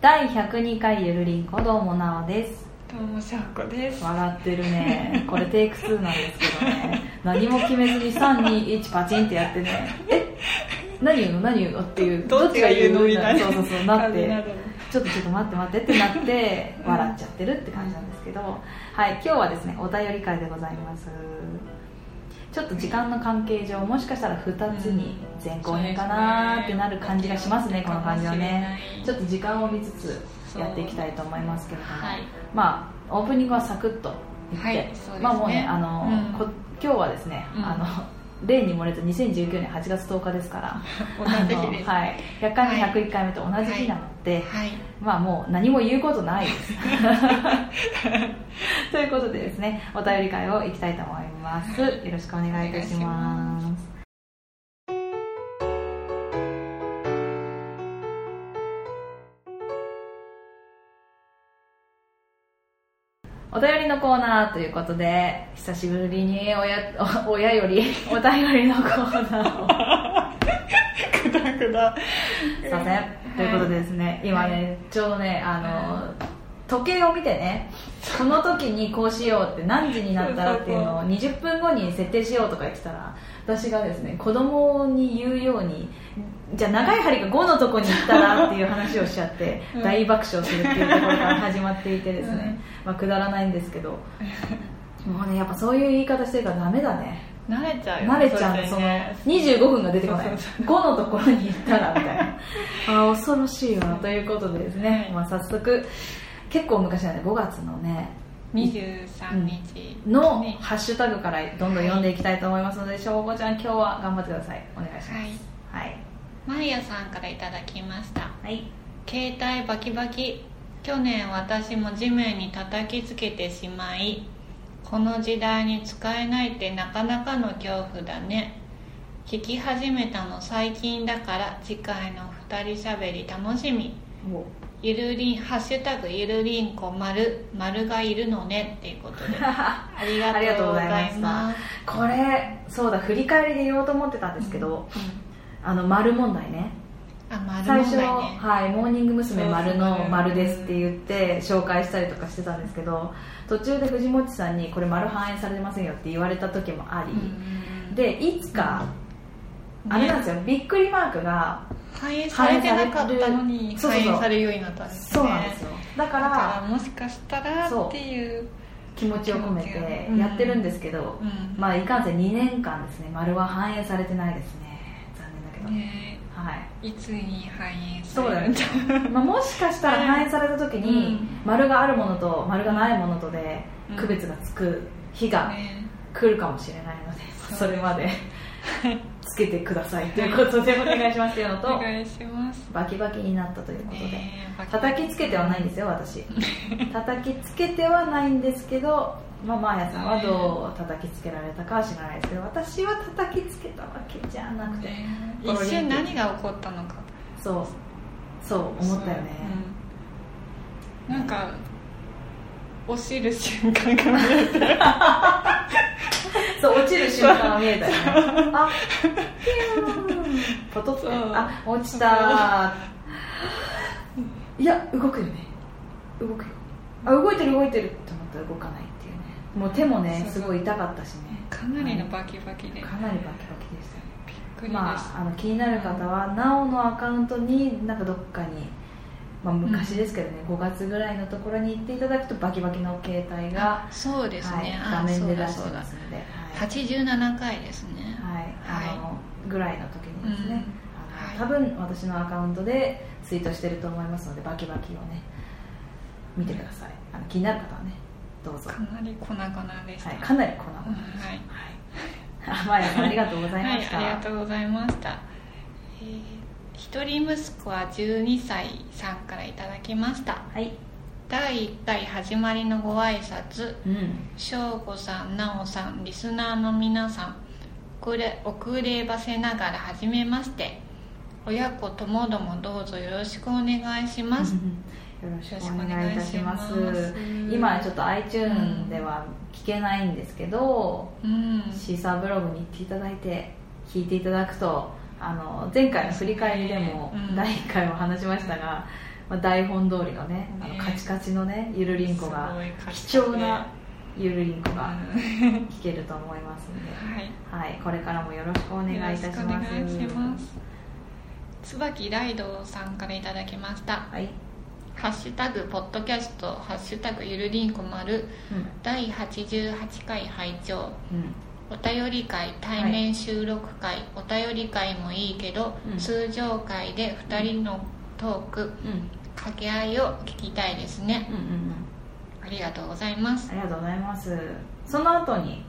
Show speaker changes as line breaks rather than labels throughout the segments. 第102回ゆるりんこどうもなおです
どうもしゃこです
笑ってるねこれテイク2なんですけどね何も決めずに321パチンってやってねえ何言うの何言うのっていう
どっちが言うのみたいな
そうそうそうなっ
あるな
て
る
ちょっとちょっと待って待ってってなって笑っちゃってるって感じなんですけど、はい今日はですねお便り会でございますちょっと時間の関係上もしかしたら2つに前後編かなーってなる感じがしますねこの感じはねちょっと時間を見つつやっていきたいと思いますけれども、
はい
まあオープニングはサクッといって、
はいそうですね
まあもうねあの、
うん
こ今日はですね、
うん
あの 例に漏れず2019年8月10日ですから
同
あ
じ
の
日です
はい、100回目101回目と同じ日なので、
はい
まあもう何も言うことないです ということでですねお便り会をいきたいと思いますよろしくお願いいたしますお便りのコーナーということで久しぶりに親お親よりお便りのコーナーを
くだくだ
すいませんということでですね、今ねちょうどねあの時計を見てねこの時にこうしようって何時になったらっていうのを20分後に設定しようとか言ってたら私がですね子供に言うようにじゃあ長い針が5のとこに行ったらっていう話をしちゃ って、
うん
大爆笑するっていうところから始まっていてですね、まあ、くだらないんですけどもうねやっぱそういう言い方してるからダメだね
慣れちゃうよ
慣れちゃうの
そ
そ
れ
の
ね
25分が出てこない
そう
5のところに行ったらみたい なあー恐ろしいわということでですね、まあ、早速結構昔だね5月のね
23日
の
ね
ハッシュタグからどんどん読んでいきたいと思いますのでしょうこちゃん今日は頑張ってくださいお願いします
はい
はい、
まゆさんからいただきました
はい、
携帯バキバキ去年私も地面に叩きつけてしまいこの時代に使えないってなかなかの恐怖だね聞き始めたの最近だから次回の2人しゃべり楽しみ
お
ゆるりん「ハッシュタグゆるりんこまるまるがいるのね」ってい うことであり
ありが
が
と
と
うご
うご
ざ
ざ
い
い
ま
ますす
これそうだ振り返りで言おうと思ってたんですけど、あの丸問題ね
あまる
最
問
初、
題ね
はい、モーニング娘。丸
そう
の
そう
丸ですって言って紹介したりとかしてたんですけど途中で藤本さんにこれ丸反映されてませんよって言われた時もあり、
うん
でいつか、
ね
あれなんですよびっくりマークが
反映されてなかったのに
そうそう
反
そう
映されるようになったんですね
そうなんですよだか
だから
ら
もしかしたらっていう
気持ちを込めてやってるんですけど、
うん
まあいかんせん2年間ですね丸は反映されてないですね残念だけど、
ね
はい
いつに反映さ
そうだ
れ
よ
るん
ね
だ
まあ、もしかしたら反映された時に、
うん
丸があるものと丸がないものとで
うん
区別がつく日が
ね
来るかもしれないので、そ
そうです
れまでつけてくださいということでお願いしますというの
お
と
願いします
バキバキになったということで
ねバキバキ
叩きつけてはないんですよ 私叩きつけてはないんですけどまあ、マーヤさんはどう叩きつけられたかは知らないですけど私は叩きつけたわけじゃなくて
ね一瞬何が起こったのか
そうそう思ったよね、
うんなんか落ちる瞬間が見えて
そう落ちる瞬間が見えたよねあピューンポトッて
そう
あ落ちたいや動くよね動くよあ動いてる動いてると思ったら動かないっていうねもう手もね
そう
すごい痛かったしね
かなりのバキバキでびっ
かなりバキバキでしたね
くりで
ま
し
あ、あの気になる方はなおのアカウントになんかどっかに、まあ、昔ですけどね、5月ぐらいのところに行っていただくとバキバキの携帯が、
たそうです
はい
ね、、
画
あ
面
そ
で
う
出
だ
し
そ
て
うだ
ますので、はい
87回ですね
はい、
は
あ
い
のぐらいの時にですね、
はい
あの多分私のアカウントでツイートしてると思いますのでバキバキをね見てくださいあの気になる方はねどうぞ、
かなり粉々でした
はい、かなり粉々
うん
はい
はい
あマーヤさんありがとうござい
は
ま
い、
した、
ありがとうございました、えー一人息子は12歳さんからいただきました
はい
第1回始まりのご挨拶
うん
翔子さんなおさんリスナーの皆さん遅れ遅ればせながらはじめまして親子ともどもどうぞよろしくお願いします、
よろしくお願いいたします
よろしくお願いします
今ちょっと iTune では聞けないんですけど、
うん
シーサーブログに行っていただいて聞いていただくとあの前回の振り返りでも
うん
第1回も話しましたが、まあ、台本通りのねあの
ね
カチカチのねゆるりんこ
す
が
ごい価値
貴重な
ね
ゆるりんこが
うん
聞けると思いますので、
は
は
い
い、これからもよろしくお願いいたします
よろくお願いします椿ライドさんからいただきました
はい、
「ハッシュタグポッドキャスト」「ハッシュタグゆるりんこまる」第88回拝聴
うんうん
お便り会対面収録会、お便り会もいいけど、
うん
通常会で2人のトーク
うん
掛け合いを聞きたいですね
うんうんうん
ありがとうございます
ありがとうございますその後に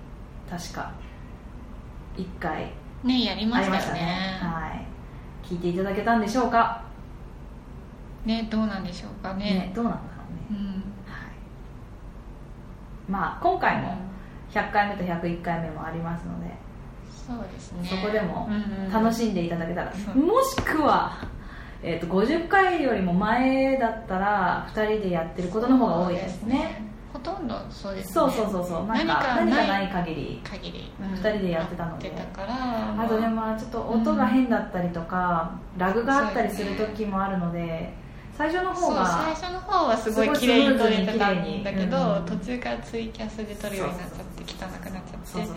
確か1回
ねやりま
あり
した
ま
よ
したね
ね
はい聞いていただけたんでしょうか
ねどうなんでしょうか
ね
ね
どうなんだろう
う
ね、
ん
はい、まあ今回も100回目と101回目もありますので、
そうですね
そこでも楽しんでいただけたら、
うん
もしくは、えー、と50回よりも前だったら2人でやってることの方が多いですね
ほとんどそうですね
そうそうそうそうなんか何
何か
か
な
ないい限り
限り、
二人でやってたので
やってたから
あとで
ま
もちょっと音が変だったりとか、ラグがあったりする時もあるので最初の
そ
方
う最
が
初の方はすごい綺麗に撮れてたんだけ
すごいスムーズ
ど、
に綺麗にうん
途中からツイキャスで撮るようになっちゃって汚くなっちゃって
そうそうそうそう
う
そ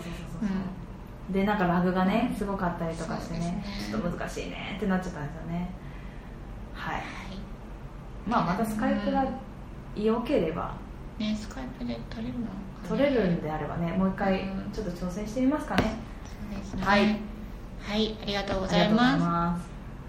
う、でなんかラグがねすごかったりとかしてねち
そ
ょ
うで
っ
すね
と難しいねってなっちゃったんですよねはい
ん
まあまたスカイプが良ければ
はいねスカイプで撮れるの
取れるんであればねもう一回
うん
ちょっと挑戦してみますかね
そうですね
はい
はいありがとうご
あり
ざ
が
い
とうござい
ます
ます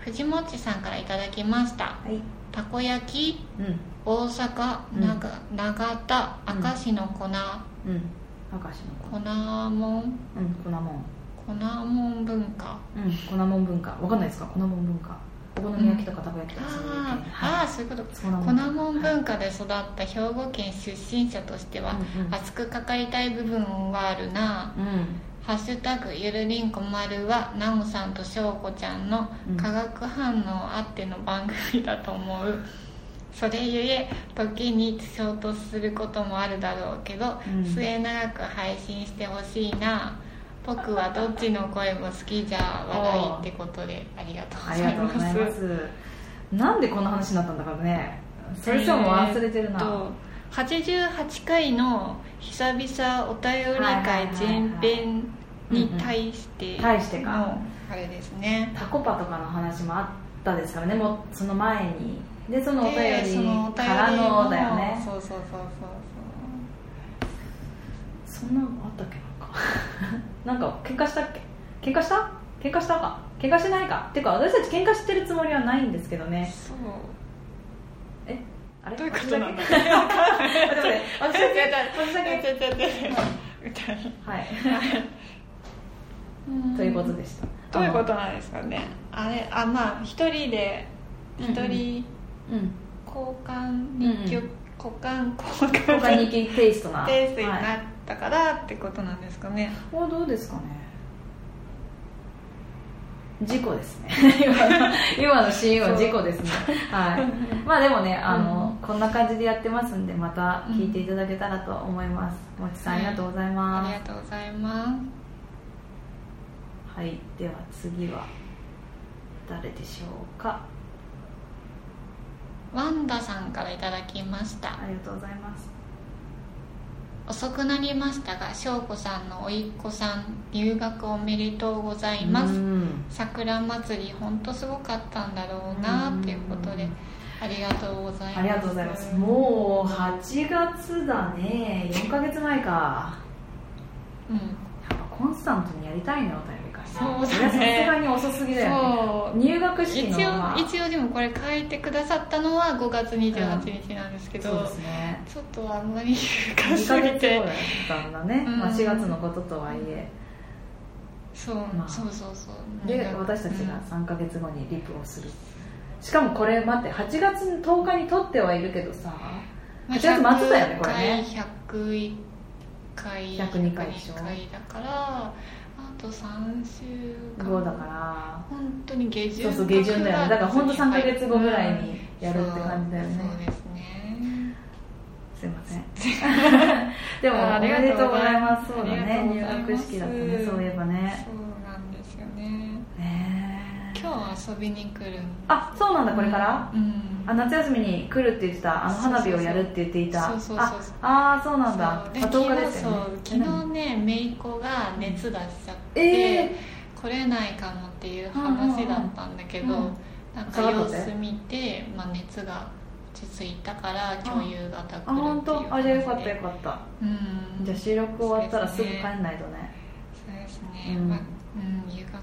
藤もっちさんからいただきました
はい
たこ焼き
う
大阪
うん
長,、長田
うん
明石の粉、
んうん明石の
粉もん
粉うん粉もん
粉もん文化
うん粉もん文化わかんないですか粉もん文化お好み焼きとかたこ焼きとかそういう系
あー、
はい
あーそういうこと
粉も
粉もん文化で育った兵庫県出身者としては、
うんうん
熱くかかりたい部分はあるな
うん
「ハッシュタグゆるりんこまる」はナムさんとしょうこちゃんの
うん
化学反応あっての番組だと思う、それゆえ時に衝突することもあるだろうけど、
うん
末永く配信してほしいな僕はどっちの声も好きじゃ話題ってことでありがとうご
あり
ざ
が
い
とう
ま
ございますすなんでこんな話になったんだからねそれとも忘れてるな、
えーっと88回の久々お便り会前編に対して
対してか
のあれですね
タコパとかの話もあったですからねもうその前にでそのお便
でそのお
り
便り
からのだよね
そうそうそう
そ
そう
んなのあったっけ なんかなんか喧嘩したっけ喧嘩した喧嘩したか喧嘩してないかっていうか私たち喧嘩してるつもりはないんですけどね
そう
あれ
どういうことなんだ
私だけあでもね私だけ私だけ
ちょちょちょちょみたい
は い
な
ということでした
どういうことなんですかねあれあまあ一人で一
うんうん
人
うん
交換日記を
うん
交換交
交換
換
日 記テイストな
ペースに
はい
なったからってことなんですかね、
ここはどうですかね事故ですね 今の今のシーンは事故ですね はいまあでもねあの、こんな感じでやってますんでまた聞いていただけたらと思います、もちさんありがとうございま
あ
す、
りがとうございま
はい、では次は誰でしょうか
すワンダさんからいただきました
ありがとうございます
遅くなりましたが翔子さんのおいっ子さん入学おめでとうございます、
うん
桜祭り本当すごかったんだろうなっていうことで
うん
ありがとうございます
ありがとうございますもう8月だね4ヶ月前か
うん
やっぱコンスタントにやりたいねお便り会
そう
れは
だ
さす
ね
がに遅すぎだよね
そう
入学式
一
のまあ
応一応でもこれ書いてくださったのは5月28日なんですけど、
そうですね
ちょっとあんまり
2ヶ
深
月
す
後だ
ぎ
ってたんだね、
うん
まあ、4月のこととはいえ
そう、
まあ
そうそうそう
で
なんか
私たち
う
が
ん
3ヶ月後にリプをするしかもこれ待って8月10日に撮ってはいるけどさ
まあ
8月末だよねこれね
101回
102回でしょ
102回だからあと3週間
後だから
本当に下旬
そうそう下旬だよねだから本当3ヶ月後ぐらい
うん
にやるって感じだよね
そうそうですね
すいませんでも
あ
お
あ
め
りが
でと
と
う
う
ご
ご
ざ
ざ
い
い
ま
ます
すそうだね
ありがとうござ
入
います
学式だったねそういえばね
そうなんですよね
ねえ
今日遊びに来る
あそうなんだこれから、
うん
あ夏休みに来るって言ってたあの花火をやるって言っていた
そうそうそうそうそうそう
ああーそうなんだあ
そうで
10日
昨
で
日
す
そ
よね
う昨日ね姪っ子が熱出しちゃって、
え
来れないかもっていう話だったんだけど、
うんうんうん
なんか様子見て、まあ、熱が落ち着いたから今日夕方来るっていう
あ本当あじゃあよかったよかった
うん
じゃあ収録終わったらすぐ帰んないとね
そうですね、
うん
まあうん、夕方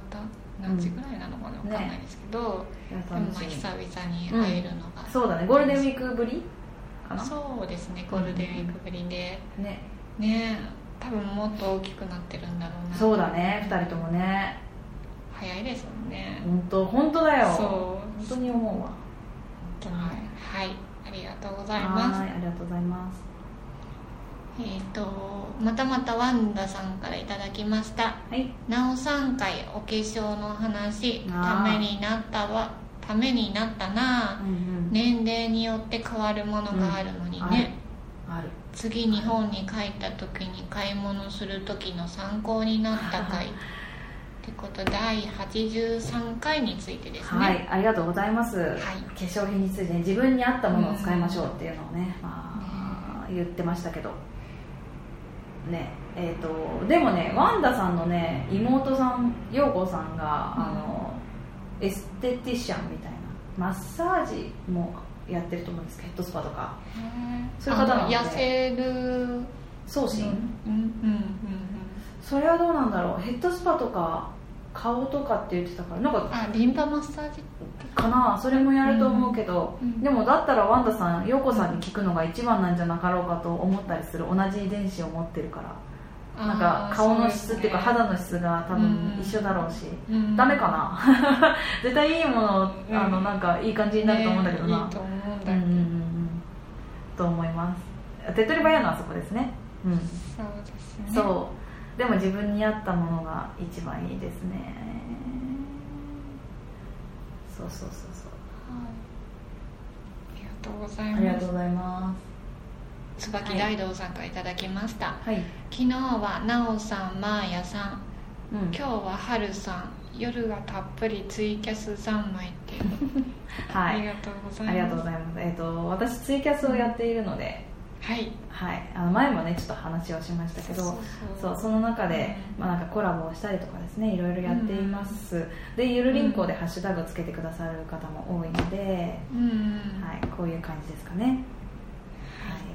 何時ぐらいなのかな、
うん
わかんないですけど、
いや
でもま
楽
あ
し
久
み
々に会えるのが、
そうだねゴールデンウィークぶりかな
そうですねゴールデンウィークぶりで、
ね
ね多分もっと大きくなってるんだろうな
そうだね2人ともね
早いですもんね、
本当本当だよ
そう
本当に思うわ
はい、はい、ありがとうございます
はーいありがとうございます
えっ、とまたまたワンダさんからいただきました
はい
なおさん回お化粧の話
あ
た
ー
めになったわためになったなあ
うんうん
年齢によって変わるものがあるのにね、
うんあるある
次日本に帰った時に買い物する時の参考になった回ってこと第83回についてですね、
はいありがとうございます化
い
粧品についてね自分に合ったものを使いましょうっていうのをねまあ言ってましたけどねえー、とでもねワンダさんのね妹さん陽子さんが、
うん
あのエステティシャンみたいなマッサージもやってると思うんですけどヘッドスパとかそういう方な
あ
の
の
で
痩せる
送信、
うんうんうん
それはどうなんだろうヘッドスパとか顔とかって言ってたからなん
う
か
んあリンパマッサージ
かなそれもやると思うけど、
うんうん
でもだったらワンダさん陽子さんに聞くのが一番なんじゃなかろうかと思ったりする同じ遺伝子を持ってるからなんか顔の質っていうか
あー
肌の質が多分一緒だろうし、
そうですねうん
ダメかな 絶対いいもの、あの
うん
なんかいい感じになると思うんだけど
ねい、
ない
と思うんだけ
う
ど、
んうんうんうんと思います手っ取り早いのはそこですねうん、
そうですね
そうでも自分に合ったものが一番いいですねそうそうそうそ
はいありがとうござい
ありがとうござ
うます
いま
椿大道さんからいただきました、
すはい
昨日はなおさんまーやさん
うん
今日ははるさん夜がたっぷりツイキャス三昧っていう、
は
あり
い
がとうございます
ありがとうございますえっ、と私ツイキャスをやっているので、
はい
はい、あの前もねちょっと話をしましたけどそうその中で、まあ、なんかコラボをしたりとかですねいろいろやっています、でゆるりんこでハッシュタグつけてくださる方も多いので、
うんうん
はい、こういう感じですかね、はい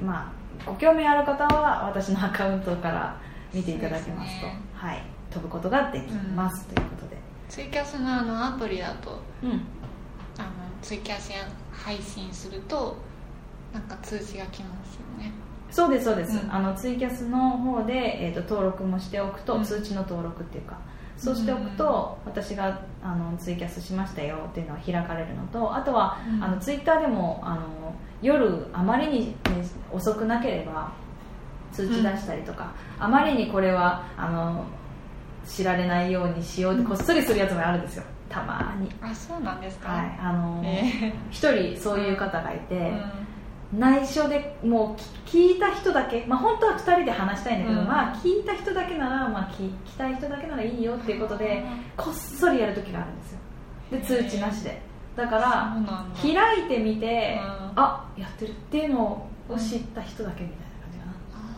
まあ、ご興味ある方は私のアカウントから見ていただきますと
そうですね
はい、飛ぶことができます、ということで、
ツイキャスのあのアプリだと
うん、
あのツイキャスや配信するとなんか通知が来ますよね
そうですそうです、
うん
あのツイキャスの方で、えー、と登録もしておくと、
うん
通知の登録っていうかそうしておくと、私があのツイキャスしましたよっていうのが開かれるのとあとは、
うん
あのツイッターでもあの夜あまりに、ね遅くなければ通知出したりとか、あまりにこれはあの知られないようにしようってこっそりするやつもあるんですよたまに、
あそうなんですか、
はいあの
え
一、人そういう方がいて、
え
内緒でもうき聞いた人だけ、まあ、本当は2人で話したいんだけど、
うん
まあ聞いた人だけなら、まあ、聞聞きたい人だけならいいよっていうことでこっそりやる時があるんですよで通知なしでだか
あ
ら
そうなんだ
開いてみて、
うん
あやってるっていうのを知った人だけみたいな感じかな、
あ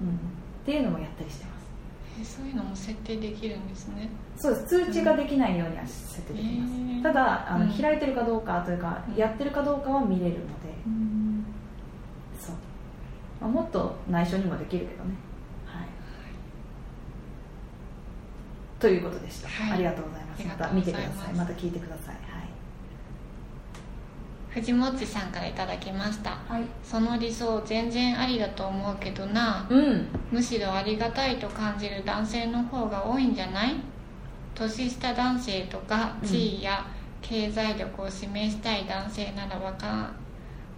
う
ー
ん、っていうのもやったりしてます
えそういうのも設定できるんですね
そうです通知ができないようには設定できます、
うんへー
ただあの、
うん
開いてるかどうかというか、
うん
やってるかどうかは見れるのでそう、まあ、もっと内緒にもできるけどねはいということでした、
はい
ありがとうございます
あり
ま
がと
た
うご
見
ざ
て
い
く
ます
ださいまた聞いてください
藤もっちさんからいただきました
はい、はい、
その理想全然ありだと思うけどな
うん
むしろありがたいと感じる男性の方が多いんじゃない年下男性とか
うん
地位や経済力を示したい男性ならわかん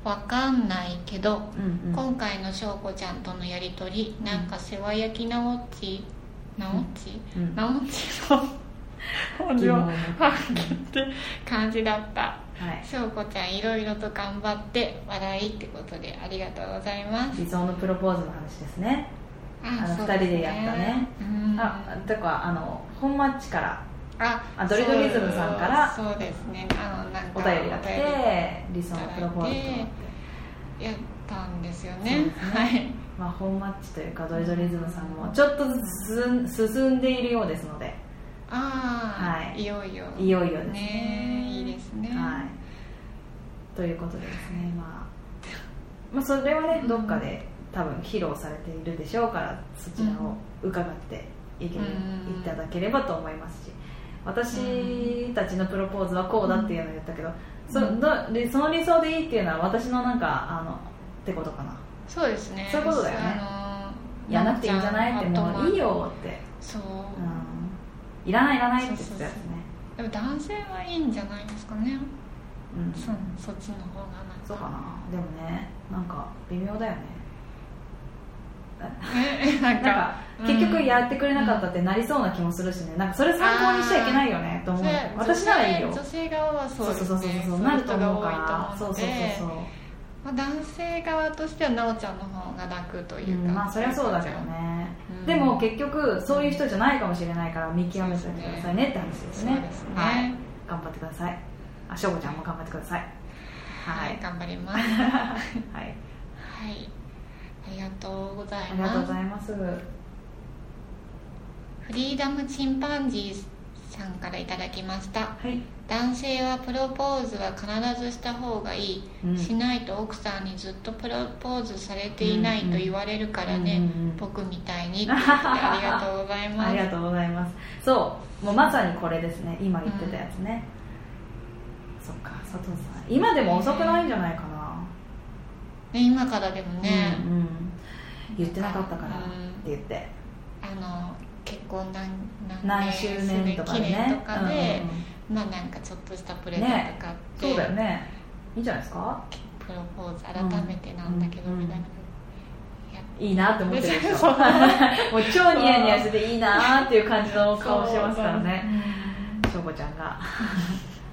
わかんないけど、
うんうん
今回の翔子ちゃんとのやり取りなんか世話焼きなおっちなおっち、
うん
なおっちの本
疑
領
問を
発揮って感じだった
はい
翔子ちゃんいろいろと頑張って笑いってことでありがとうございます
理想のプロポーズの話ですね
あ
の
そうす
二人でやったね
うん
あだからあの本マッチから
あ
あドリドリズムさんから
そうそうですねあのなんか
お便りが来
お便
て理想のプロポーズと
りやったんですよね
そうですね
はい
魔法マッチというかドリドリズムさんもちょっとずつ進ん進んでいるようですので
ああ、、
はい
よいよ
いよいよですね
ねいいですね
はい、ということでですね、まあ、まあそれはねどっかで多分披露されているでしょうからそちらを伺っていける
うん
いただければと思いますし私たちのプロポーズはこうだっていうのを言ったけどそ
うん
どでその理想でいいっていうのは私のなんかあのってことかな
そうですね
そういうことだよね
あの
やらなくていいんじゃないって
まっちゃ
も
ん
ういいよって、
そう、
うん、いらないいらないって言ってたやつね
でも男性はいいんじゃないですかね
うん
そそっちの方がなんか
そうかなでもねなんか微妙だよね
え
な
な
んん
か
か結局やってくれなかったってなりそうな気もするしねなんかそれ参考にしちゃいけないよねと思う
そう
私ならいいよ
女性側はそ
そ
う
う
で
そう
す
そうそう
ね
そう
い
なると
人
思
が
う
多い
から
と
そう
思
そ
うの
うそう
で
そう
まあ男性側としては奈緒ちゃんの方が楽といううか、
んまあそりゃそうだけどね
うん
でも結局そういう人じゃないかもしれないから見極めておいてくださいねって話ですね
そうですね
はい頑張ってくださいあしょうこちゃんも頑張ってくださいは
はいい、頑張りますはい
はい
ありがとうござい
ありが
ま
とうご
す
ざいます
フリーダムチンパンジーさんからいただきました
はい
男性はプロポーズは必ずした方がいい、
うん
しないと奥さんにずっとプロポーズされていないと言われるからね、
うんうんうん
僕みたいにって言ってありがとうございます
ありがとうございますそうもうまさにこれですね今言ってたやつね、そっか佐藤さん今でも遅くないんじゃないかな、
ね、今からでもね、
うんうん言ってなかったからって言って、
あの結婚何
何周年とかで
記念
ね
とかで、
うんうんうん
まあなんかちょっとしたプレゼント買って、
そうだよねいいんじゃないですか
プロポーズ改めてなんだけど
うん
みたいな、
いいなって思ってるでし
そ
ょ
う
もう超ニヤニヤしてていいなっていう感じの顔してますからね翔子ちゃんが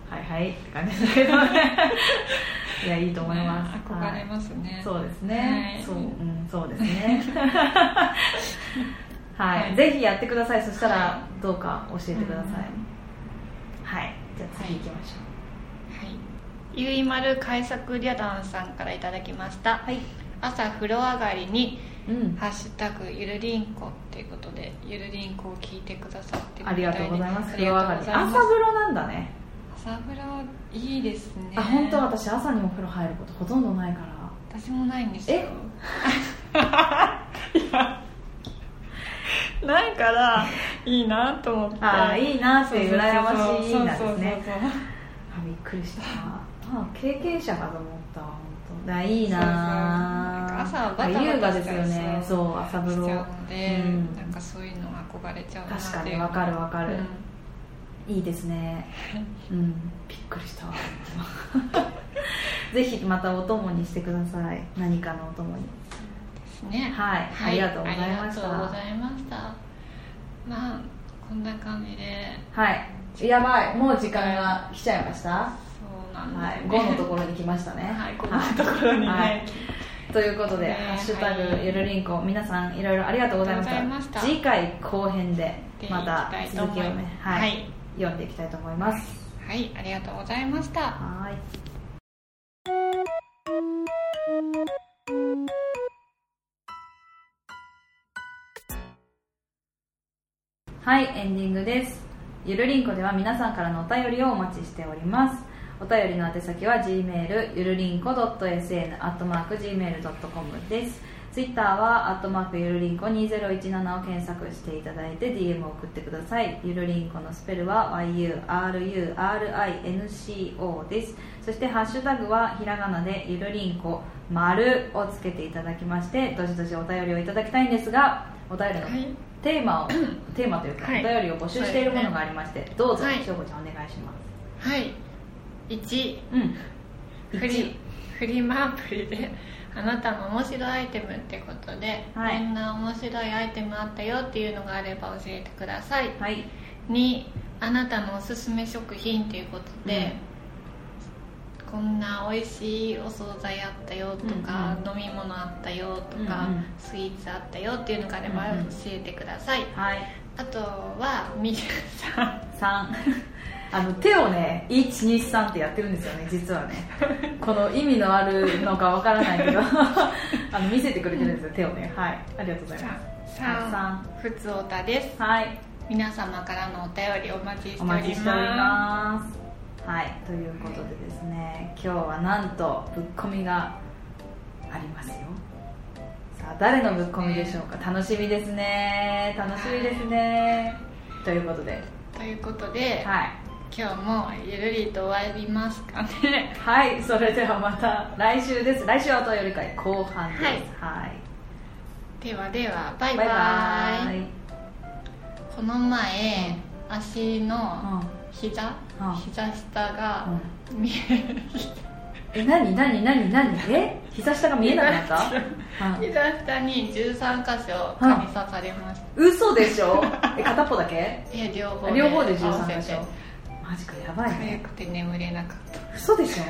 はいはいって感じだけど ねいやいいと思います
ね憧れますね、
そうですね、
はい
そう、うん、そうです ねはい、
はい
ぜひやってくださいそしたらどうか教えてください、はいじゃあ次行きましょ
はい、ゆいまる開作りゃだんさんからいただきました、
はい
朝風呂上がりに
う、
「ハッシュタグゆるりんこ」っていうことでゆるりんこを聞いてくださって
う
る
んありがとうございます
あ
風
り
呂上
が
がり
とうござい
朝
ます
風呂なんだね
朝風呂いいですね
あ本当私朝にお風呂入ることほとんどないから
私もないんですよ
え
ないからいいなと思って
ああいいなって
そうそう
いう
そう
羨ましいなんですね
そうそうそうそう
あびっくりしたあ経験者かと思ったわ本当だからいいな
そうそうなんか朝はバタバタ
優雅ですよね
しち
そ
ゃう
う朝風
しちゃ
呂
うので、
うん
なんかそういうの憧れちゃうなっていう
確かにわかるわかる、
うん
いいですね。うん、びっくりしたわ。ぜひまたお供にしてください。何かのお供に。
ですね
はいありがとうございました
ありがとうございましたまあこんな感じで
はい。やばい、もう時間が来ちゃいました。
そうなん
は
です
い、
ね、
五のところに来ました ね。
はいこんなところにね、
はいということで、
ね
ハッシュタ
は
グ
い
ゆるりんこ、皆さんいろいろありがとうございまし
あ
た。
りがとうございました
次回後編で、また
でいきたいと
続
思
き
い
を
ます
ね、はい、
はい
読んでいきたいと思います。
はい、ありがとうございました
はい。はい、エンディングです。ゆるりんこでは皆さんからのお便りをお待ちしております。お便りの宛先は gmail ゆるりんこ .sn.gmail.com です。ツイッターは、アットマークゆるりんこ2017を検索していただいて DM を送ってください。ゆるりんこのスペルは yururinco です。そして、ハッシュタグはひらがなでゆるりんこ丸をつけていただきまして、どしどしお便りをいただきたいんですが、お便りの
はい
テーマを テーマというか、
はい
お便りを募集しているものがありまして、どうぞ、
はい
しょうこちゃんお願いします。
はい1
うん。
フリフリマアプリであなたの面白いアイテムってことで、
はい
こんな面白いアイテムあったよっていうのがあれば教えてください
はい。
2あなたのおすすめ食品っていうことで、こんな美味しいお惣菜あったよとか、
う
飲み物あったよとか、
うんうん
スイーツあったよっていうのがあれば
うんうん
教えてください、
はい。
あとは皆さん
3 あの手をね123ってやってるんですよね実 はねこの意味のあるのかわからないけど あの見せてくれてるんですよ手をねはいありがとうございます
さんふつおたです
はい
皆様からのお便りお待ちして
お
おります
待ちしておりますはいということでですね今日はなんとぶっこみがありますよさあ誰のぶっこみでしょうか楽しみですね楽しみですねということで
ということで、
はい
今日もゆるりと終わりますかね
はい、それではまた来週です。来週はお便り会後半です。はい。
ではではバイ
バ
バ
イバ
イ
ーイ。
この前足の
う
膝、
ん
膝下が
うん
見える、
え、なになになになにえ膝下が見えなくな ったうん
膝下に13箇所噛み刺されました、
嘘でしょえ、片っぽだけ
え両方
両方で
合わせ
13
て
箇所。マジか、やばい
痒
ね。
くて眠れなかっ た
嘘でしょ